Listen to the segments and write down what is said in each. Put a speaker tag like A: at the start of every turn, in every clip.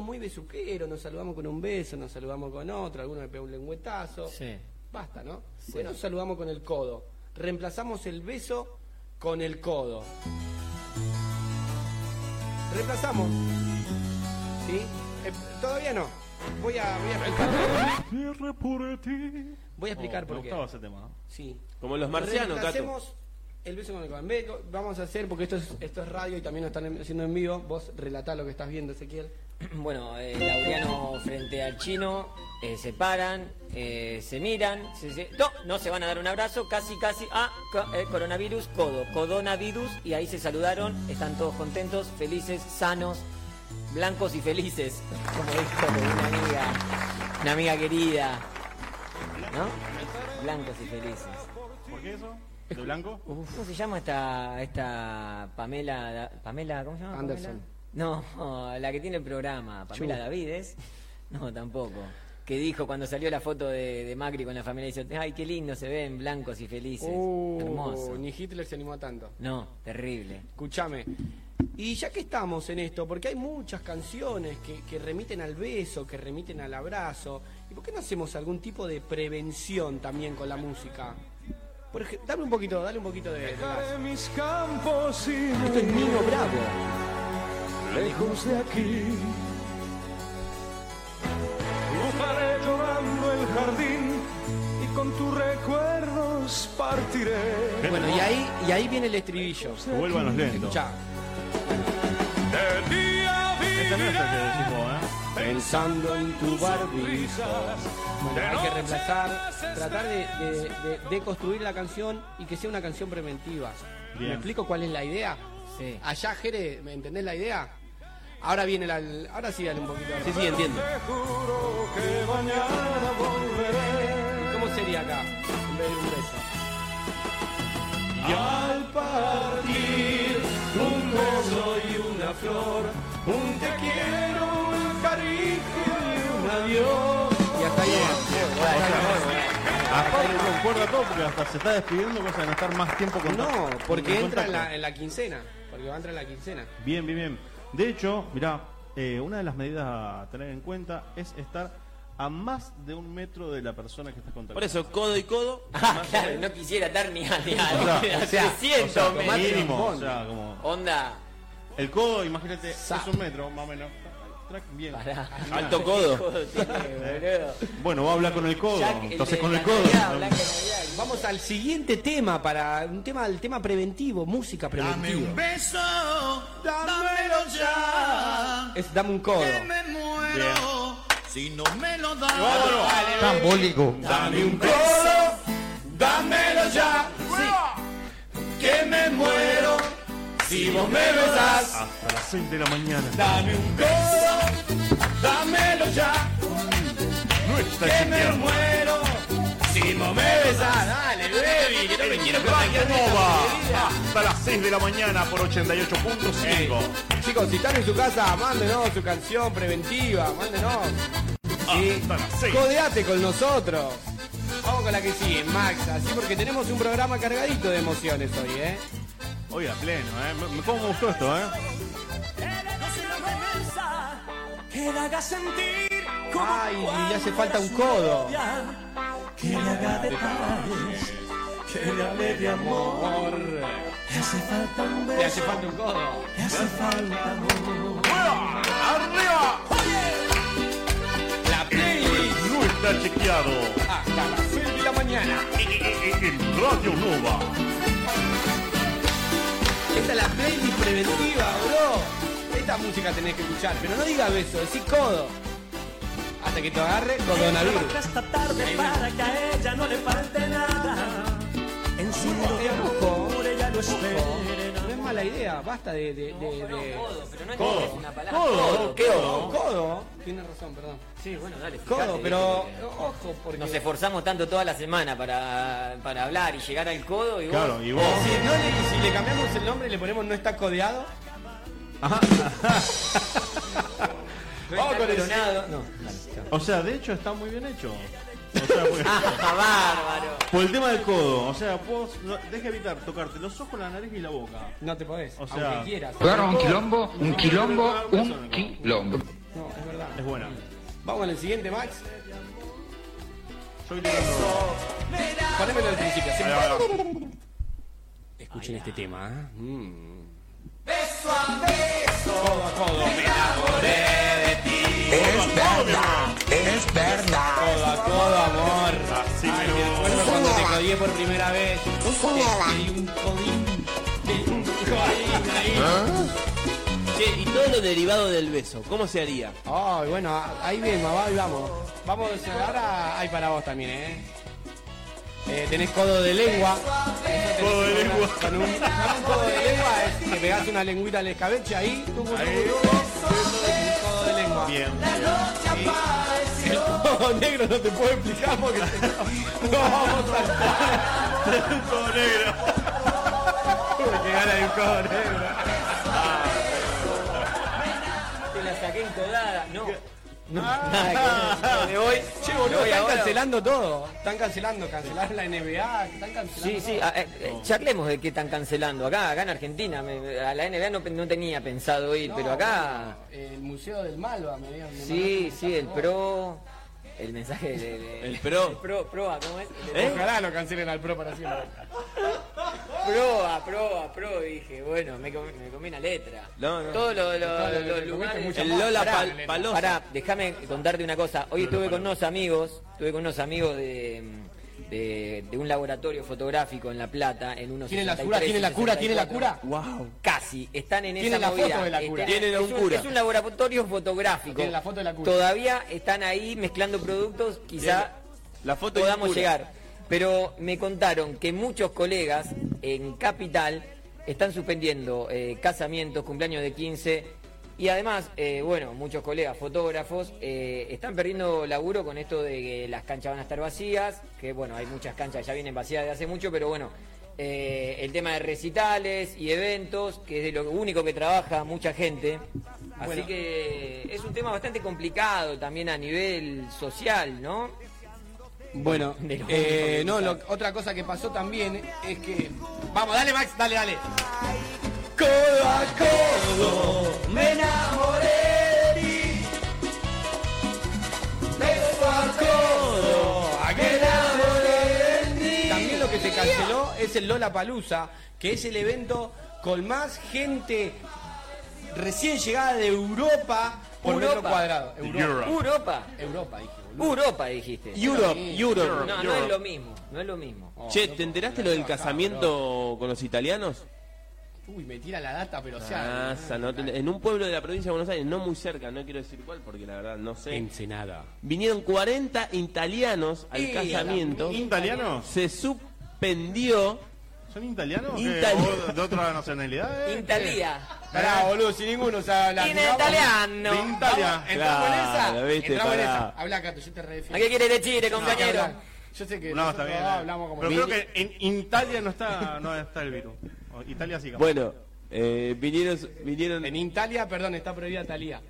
A: muy besuqueros, nos saludamos con un beso, nos saludamos con otro, alguno me pega un lengüetazo.
B: Sí.
A: Basta, ¿no? Bueno, nos saludamos con el codo. Reemplazamos el beso con el codo. Reemplazamos. ¿Sí? Eh, todavía no. Voy a, voy a explicar. Voy a explicar
C: Oh,
A: por
C: me
A: qué.
C: gustaba ese tema. ¿no?
A: Sí.
D: Como los marcianos, Tato.
A: Reemplacemos el beso con el codo. En vez de- vamos a hacer, porque esto es, esto es radio y también lo están en- haciendo en vivo, vos relatá lo que estás viendo, Ezequiel.
B: Bueno, el Laureano frente al chino, eh, se paran, eh, se miran, se- se- no, no se van a dar un abrazo, casi, casi, ah, co- eh, coronavirus, codo, codonavirus, y ahí se saludaron, están todos contentos, felices, sanos, blancos y felices, como dijo una amiga, una amiga querida, ¿no? Blancos y felices.
C: ¿Por qué eso? ¿De blanco?
B: ¿Cómo se llama esta, esta Pamela, Pamela, ¿cómo se llama?
A: Anderson.
B: Pamela? No, la que tiene el programa, Pamela
A: Chu.
B: Davides. No, tampoco. Que dijo cuando salió la foto de, de Macri con la familia, dice, ay, qué lindo se ven, blancos y felices.
A: Oh,
B: Hermoso.
A: Ni Hitler se animó a tanto.
B: No, terrible.
A: Escúchame. Y ya que estamos en esto, porque hay muchas canciones que, que remiten al beso, que remiten al abrazo, ¿y por qué no hacemos algún tipo de prevención también con la música? Por ej- dame un poquito, dale un poquito de... de gas.
E: mis campos y
A: Esto es Nino Bravo.
E: lejos de aquí. Dibujaré llorando el jardín y con tus recuerdos partiré.
A: Bueno, y ahí, y ahí viene el estribillo.
C: Que vuelvan los lentos.
A: Escuchá.
E: De día
C: Esta no es el que ¿eh?
E: viviré
C: decimos,
A: Pensando en tu
E: sonrisas.
A: Bueno, hay que reemplazar, tratar de, de- de- de construir la canción y que sea una canción preventiva.
C: Bien.
A: ¿Me explico cuál es la idea?
B: Sí.
A: Allá, Jere, ¿me entendés la idea? Ahora viene la... Ahora sí dale un poquito. de-
D: Sí, sí, entiendo.
E: Te juro que mañana volveré
A: ¿Cómo sería acá? En vez de un beso.
E: al partir un beso y una flor, un te quiero, un cariño y un adiós.
A: Y hasta ahí nomás.
C: Hasta ahí concuerda todo porque hasta se está despidiendo cosa de no estar más tiempo con
A: No, porque
C: con
A: entra
C: contacto.
A: en la, en la quincena. Porque va a entrar en la quincena.
C: Bien, bien, bien. De hecho, mirá, eh, una de las medidas a tener en cuenta es estar a más de un metro de la persona que estás contactando.
D: Por eso, codo y codo.
B: Ah, claro, no quisiera dar ni a ni a,
C: O sea,
B: a
C: o sea,
B: 300
C: O sea, como
B: metros.
C: mínimo, o sea, como-
B: Onda,
C: El codo, imagínate,
B: Sa-
C: es un metro, más o menos. Track, Bien.
B: pará.
D: Alto codo.
B: Joder, boludo.
C: Bueno, va a hablar con el codo.
B: Jack, el de
C: Entonces con el
B: la
C: codo.
B: Navidad, Blanca Navidad.
A: Vamos al siguiente tema para... Un tema, el tema preventivo, música preventiva.
F: beso, dámelo ya,
A: Es dame un codo.
F: que me muero si no me lo das.
G: Tambólico.
F: Dame un beso, dámelo ya, que me muero si vos me besás.
C: Hasta las 6 de la mañana.
F: Dame un beso, dámelo ya, que me muero si vos me besás. Dale, baby, que no me quiero contagiar de esta porquería.
C: Hasta las 6 de la mañana por 88.5.
A: Chicos, si están en su casa, mándenos su canción preventiva, mándenos.
F: Ah,
A: Sí.
C: Hasta las seis.
A: Codeate con nosotros. Vamos con la que sigue, Max, así porque tenemos un programa cargadito de emociones hoy, ¿eh?
C: Oye, a pleno, ¿eh? Me- me- ¿Cómo me gustó esto, eh?
E: Que la haga sentir como
A: Ay, y le hace
E: cuando
A: falta
E: era
A: un
E: su
A: codo.
E: novia. Que le haga detalles, que le hable de amor. Le hace falta un
A: Le hace
E: beso,
A: falta un codo.
E: le hace falta amor.
A: La playlist
C: No está chequeado.
A: hasta las 6 de la mañana.
C: En Radio Nova.
A: Esta es la playlist preventiva, bro. Esta música tenés que escuchar, pero no digas beso, decís codo. Hasta que te agarre
E: Trabaja
A: codonavirus.
E: hasta tarde para que a ella no le falte nada. En su
A: Ojo.
E: amor ella lo espere.
A: No es mala idea, basta de... de, de- de-
B: Codo, pero no entendés una palabra.
C: Codo,
A: Codo, codo. Tienes razón, perdón.
B: Sí, bueno, dale.
A: Codo,
B: fíjate,
A: pero
B: dije que-
A: ojo, porque...
B: Nos esforzamos tanto toda la semana para, para hablar y llegar al codo y vos-
C: Claro, y vos.
A: Si, no le, si le cambiamos el nombre y le ponemos no está codeado...
B: no
A: Vamos
B: está
A: con el-
B: coronado. No.
C: O sea, de hecho está muy bien hecho. O sea, porque-
B: Ah, bárbaro.
C: por el tema del codo, o sea, vos no- deja evitar tocarte los ojos, la nariz y la boca.
A: No te podés,
C: O sea-
A: aunque quieras.
G: Jugaron un quilombo, un quilombo, un quilombo.
A: No, es verdad.
C: Es buena.
A: Vamos con el siguiente, Max.
C: Yo quiero-
A: Ponémelo al principio. así-
C: Ahí va, ahí va.
A: Escuchen este tema. ¿eh? Mm.
F: Es verdad, es verdad.
A: Codo a codo, amor.
C: Así
A: Ay,
C: me
A: me
C: gusta.
A: acuerdo cuando te codié por primera vez. Y un codín. de un codín ahí.
D: Che, y todo lo derivado del beso, ¿cómo se haría?
A: Ay, bueno, ahí mismo, va, ahí vamos. Vamos, ahora hay para vos también, ¿eh? Eh, tenés codo de lengua. Codo de lengua. Con un, con un codo de lengua es que pegás una lengüita al escabeche ahí. tucu, tucu,
C: Ahí.
A: tucu, codo de lengua.
C: Bien.
A: El codo negro no te puedo explicar porque te- no vamos a
C: Todo negro.
A: llegar a un codo negro.
B: Te la saqué encodada. No.
A: Me voy. Ah. Che, boludo,
B: voy
A: están
B: ahora.
A: cancelando todo. Están cancelando, cancelaron la NBA, están cancelando.
B: Sí, sí,
A: todo.
B: ah, eh, eh, charlemos de qué están cancelando. Acá, acá en Argentina, me- me- a la NBA no, no tenía pensado ir,
A: No,
B: pero acá.
A: bueno, El Museo del Malva, me habían- me
B: Sí,
A: mandaron
B: sí, el
A: un
B: pro. El mensaje de, de-
D: El pro. ¿Eh?
B: Pro, proa, ¿cómo es? El-
A: mensaje. Ojalá lo cancelen al pro para siempre.
B: Proa, proa, pro, dije. Bueno, me, com- me comí una letra.
D: No, no.
B: Todos los, los-
A: Claro,
B: los
A: le comiste
B: lugares.
A: mucho
D: El
A: más.
D: Lola
A: Pará,
D: Pal-
A: Elena.
D: Palosa.
B: Pará, déjame contarte una cosa. Hoy estuve con unos amigos, estuve con unos amigos de, de, de un laboratorio fotográfico en La Plata, en unos
A: ¿Tiene la cura? ¿Tiene la cura? ¿Tiene la cura?
D: Wow.
B: Casi, están en
A: Tiene
B: esa
A: la foto
B: movida.
A: de la cura.
B: Están-
D: Tienen a un
B: es un,
D: cura.
B: es un laboratorio fotográfico.
A: Tiene la foto de la cura.
B: Todavía están ahí mezclando productos, quizá
D: La foto de
B: podamos
D: cura.
B: llegar. Pero me contaron que muchos colegas en Capital están suspendiendo eh, casamientos, cumpleaños de 15 y además, eh, bueno, muchos colegas fotógrafos eh, están perdiendo laburo con esto de que las canchas van a estar vacías, que bueno, hay muchas canchas que ya vienen vacías de hace mucho, pero bueno, eh, el tema de recitales y eventos, que es de lo único que trabaja mucha gente. Así
A: Bueno.
B: que es un tema bastante complicado también a nivel social, ¿no?
A: Bueno,
B: De lo
A: eh,
B: único
A: no,
B: que
A: lo- otra cosa que pasó también es que. Vamos, dale, Max, dale, dale. Codo a codo me enamoré de ti. Beso a codo me enamoré de ti. También lo que se canceló es el Lola Palusa, que es el evento con más gente recién llegada de Europa por metro
B: Europa.
A: cuadrado. Europa.
B: Europa.
A: Europa, dije, boludo.
B: Europa dijiste.
D: Europe,
B: No,
D: Europe.
B: no es lo mismo, no es lo mismo.
D: Che, ¿te enteraste lo del casamiento con los italianos?
A: Uy, me tira la data, pero o sea.
D: Ah, sa- no te- en un pueblo de la provincia de Buenos Aires, no muy cerca, no quiero decir cuál porque la verdad no sé.
A: Ensenada.
D: Vinieron 40 italianos al
A: Y a la
D: casamiento.
C: ¿Italianos?
D: Se suspendió.
C: ¿Son italianos? o qué?
D: Itali-
C: ¿O de otra nacionalidad? eh?
B: Italia.
A: Pará, boludo, sin ninguno sabe hablar.
B: In
A: Vamos,
B: italiano.
C: De Italia.
A: Entramos en esa.
D: Claro, viste,
A: Entramos en esa.
D: pará.
A: Habla, Cato, yo te refiero.
B: ¿A qué quiere decir, compañero?
A: Yo sé que.
C: No,
A: nosotros
C: está bien.
A: todos
C: eh.
A: Hablamos como.
C: Pero creo que en Italia no está, no está el virus. O Italia sí. capaz.
D: Bueno, eh, vinieron. vinieron
A: En Italia, perdón, está prohibida Talía.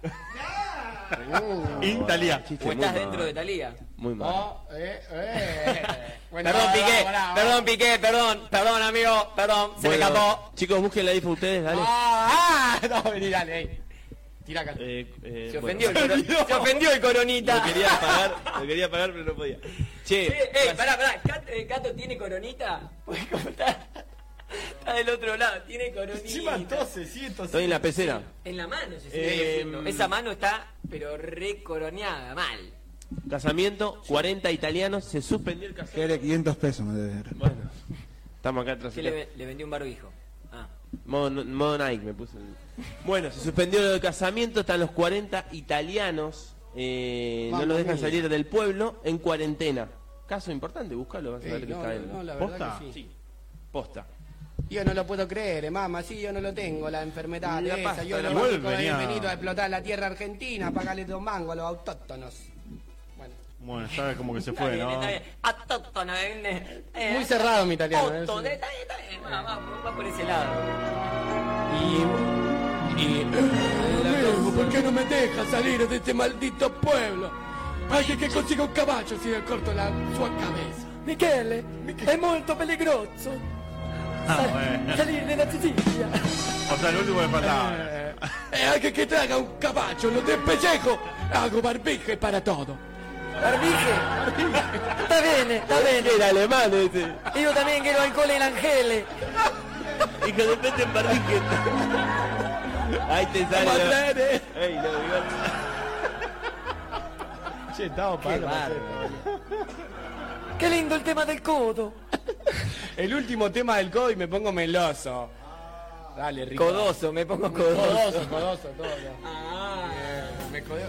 C: Italia.
D: Chiste
B: ¿O
D: muy
B: estás
D: mal,
B: dentro de Italia?
C: Ah,
D: Muy mal.
A: Oh, eh, eh. Bueno,
B: perdón,
A: pará,
B: Piqué,
A: pará, pará.
B: perdón, Piqué, perdón, perdón, amigo, perdón, se me
D: Bueno,
B: escapó. Oh.
D: Chicos, busquen la info ustedes, dale.
A: Ah, ah, no, vení, dale, ey. Tira acá.
D: Eh, eh,
B: Se
D: bueno.
B: ofendió, el, coro- se ofendió el coronita.
D: Lo quería pagar, lo quería pagar, pero no podía. Che,
B: Eh, eh, pará, pará, Cat- eh, ¿Cato tiene coronita? Pues como está, está del otro lado, tiene
A: Encima
B: coronita.
A: entonces, sí, entonces.
D: estoy en la pecera.
B: En la mano se sigue diciendo. Esa mano está, pero recoroneada, mal.
D: Casamiento, 40 italianos, se suspendió el casamiento.
G: Quiere 500 pesos, me debe.
D: Bueno, estamos acá atrás.
B: Yo le, le vendí un barbijo. Ah.
D: Modo, modo Nike me puse. el- Bueno, se suspendió lo del casamiento, están los 40 italianos, eh, no
A: Mamma
D: los dejan
A: mia.
D: salir del pueblo en cuarentena. Caso importante, búscalo, vas a
A: Ey,
D: ver que
A: no,
D: está
A: no,
D: en
A: no, la
C: ¿Posta?
A: verdad que sí.
D: posta.
A: Yo no lo puedo creer, eh, mamá, sí, yo no lo tengo, la enfermedad
D: La
A: esa,
D: pasta,
A: yo
D: la
A: no lo
C: vuelve,
A: he
C: ya.
A: venido a explotar la tierra argentina, pagarle dos mangos a los autóctonos. Bueno.
C: Bueno, ya como que se
B: Está
C: fue,
B: bien,
C: ¿no?
B: está bien. Atótono, eh, eh,
A: Muy cerrado mi italiano, eh,
B: Atótono,
A: sí.
B: está bien, está bien. Va, va, va por ese lado.
A: Y... y eh, ¿Por qué no me deja salir de este maldito pueblo? Alguien que consiga un caballo si le corto la sua cabeza. Michele, è molto peligroso.
B: Sal-
C: Ah, bueno.
B: Salir de la Sicilia.
C: O sea, el último que faltaba.
F: Eh, alguien que traga un caballo, lo despellejo, hago barbije para todo.
B: Barbige. Está bene, está bene.
D: Era alemán este.
B: Io también quiero alcohol en Angele.
D: Y que de repente en Barrique. Ahí te sale. la-
F: Mandere.
D: Ey, lo digo.
A: Che, estamos pagando.
B: Qué lindo el tema del codo.
A: El último tema del codo y me pongo meloso. Dale, rico.
B: Codoso, me pongo codoso. Ah.
A: Codoso, codoso, todo. Me codeo.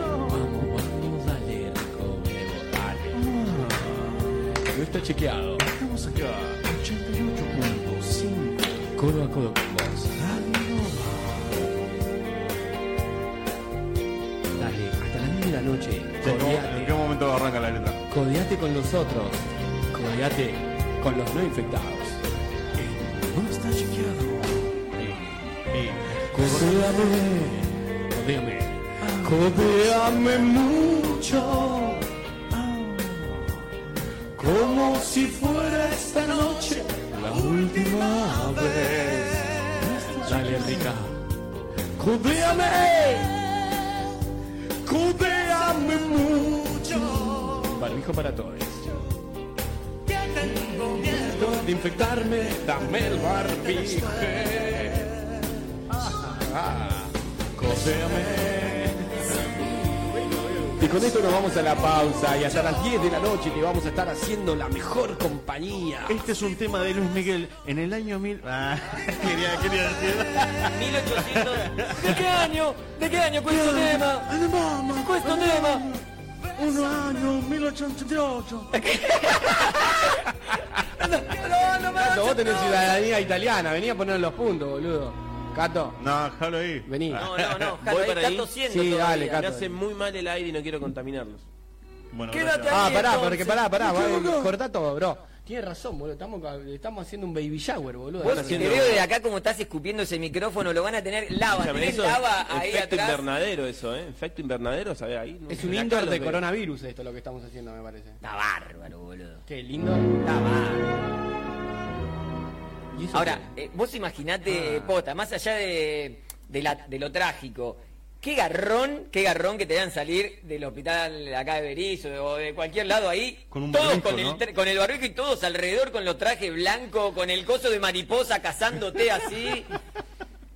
F: Vamos, dale, rico, bebo, dale. No está chequeado.
C: Estamos acá. 88.5.
F: Codo a codo con vos. Dale, hasta las 9 de la noche.
B: eh.
C: ¿En qué
F: Codeate,
C: momento arranca la letra?
F: codeate con los otros. Codeate con los no infectados. No está Codeame. Codeame. Codeame mucho. Como si fuera esta noche la última vez. Dale, rica. Codeame. Codeame mucho. Barbijo para todos. De infectarme, dame el barbijo.
A: Ah. Y con esto nos vamos a la pausa y hasta las 10 de la noche que vamos a estar haciendo la mejor compañía.
C: Este es un tema de Luis Miguel. En el año 1000. Ah, quería, quería decir.
B: 1800. ¿De qué año? ¿De qué año questo tema? Questo tema.
C: Un año 1888.
A: Cato, vos tenés ciudadanía italiana, venía a poner los puntos, boludo. Cato,
C: No, déjalo ahí.
A: vení.
B: No, no, no.
D: Voy
B: Jalo,
D: para
B: está
D: ahí.
B: tosiendo
A: Sí,
B: todavía.
A: dale,
D: Me
A: Cato.
D: hace muy mal el aire y no quiero contaminarlos.
C: Bueno,
B: Quédate
C: gracias.
A: Ah,
B: ahí,
A: pará,
B: entonces.
A: porque pará, pará, va, cortá todo, bro. Tienes razón, boludo, estamos, ca- estamos haciendo un baby shower, boludo.
B: Vos
A: Estamos
B: te
A: haciendo-
B: veo de acá como estás escupiendo ese micrófono, lo van a tener lava,
D: Escúchame,
B: tenés
D: eso
B: lava
D: es
B: ahí
D: efecto
B: atrás.
D: invernadero eso, ¿eh? Efecto invernadero, ¿sabes? Ahí, no-
A: Es un
D: Acá
A: indoor
D: los
A: de
D: ve.
A: coronavirus esto lo que estamos haciendo, me parece.
B: Está bárbaro, boludo.
A: Qué lindo.
B: Está bárbaro.
A: ¿Y eso
B: Ahora,
A: qué?
B: eh, vos imaginate, eh,
C: Ah.
B: Posta, más allá de, de la- de lo trágico, qué garrón, qué garrón que te dan salir del hospital acá de Berizo o de cualquier lado ahí,
C: Con un
B: todos
C: barbijo,
B: con, el,
C: ¿no?
B: tra- con el barbijo y todos alrededor con los trajes blancos, con el coso de mariposa cazándote así,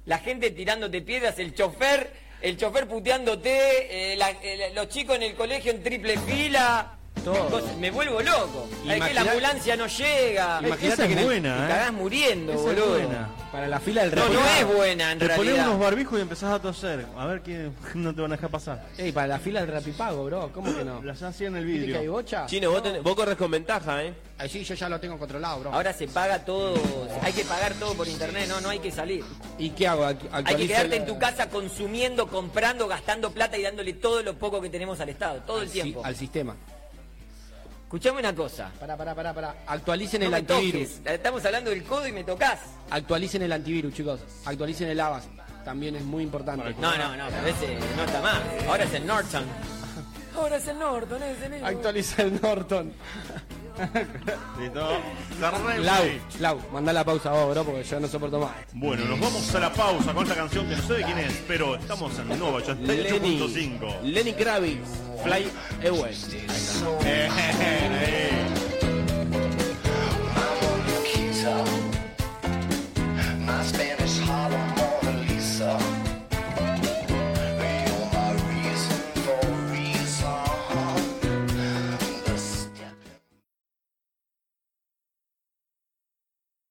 B: la gente tirándote piedras, el chofer, el chofer puteándote, eh, la- eh, los chicos en el colegio en triple fila.
A: Todo.
B: Cosas- Me vuelvo loco. Es que la
A: Imaginá-
B: ambulancia no llega.
C: Imagínate
B: Esa es
C: que en el-
B: buena, Te
C: ¿eh?
B: cagás muriendo,
C: Esa es
B: boludo.
C: buena.
A: Para la fila del
B: No, no
A: refugiado.
B: es buena en
C: Te pones
B: realidad.
C: unos barbijos y empezás a toser. A ver que no te van a dejar pasar.
A: Ey, para la fila del rapipago, bro, ¿cómo que no?
C: Las hacía en el
A: ¿Viste que hay
C: vidrio.
A: bocha?
D: Chino, vos, tenés- vos corres con ventaja, ¿eh?
A: Ay, sí, yo ya lo tengo controlado, bro.
B: Ahora se paga todo, hay que pagar todo por internet, no, no hay que salir.
A: ¿Y qué hago? Ac-
B: Hay
A: actualizo
B: que quedarte
A: la-
B: en tu casa consumiendo, comprando, gastando plata y dándole todo lo poco que tenemos al Estado, todo el
A: Sí,
B: tiempo.
A: al sistema.
B: Escuchame una cosa.
A: Pará, pará, pará, pará. Actualicen
B: No
A: el
B: me
A: antivirus.
B: toques. Estamos hablando del codo y me tocas.
A: Actualicen el antivirus, chicos. Actualicen el Avas. También es muy importante.
B: No, no, no, pero ese no está más. Ahora es el Norton. Ahora es el Norton, es el
A: Actualiza el Norton.
C: Listo. Cerremos
A: Lau,
C: ahí.
A: Lau, mandá la pausa vos, bro, porque yo no soporto más.
C: Bueno, nos vamos a la pausa con esta canción que no sé de quién es, pero estamos en Nova, ya está
D: Lenny,
C: 8.5.
D: Lenny Kravitz, Fly Away.
C: Bien, ahí.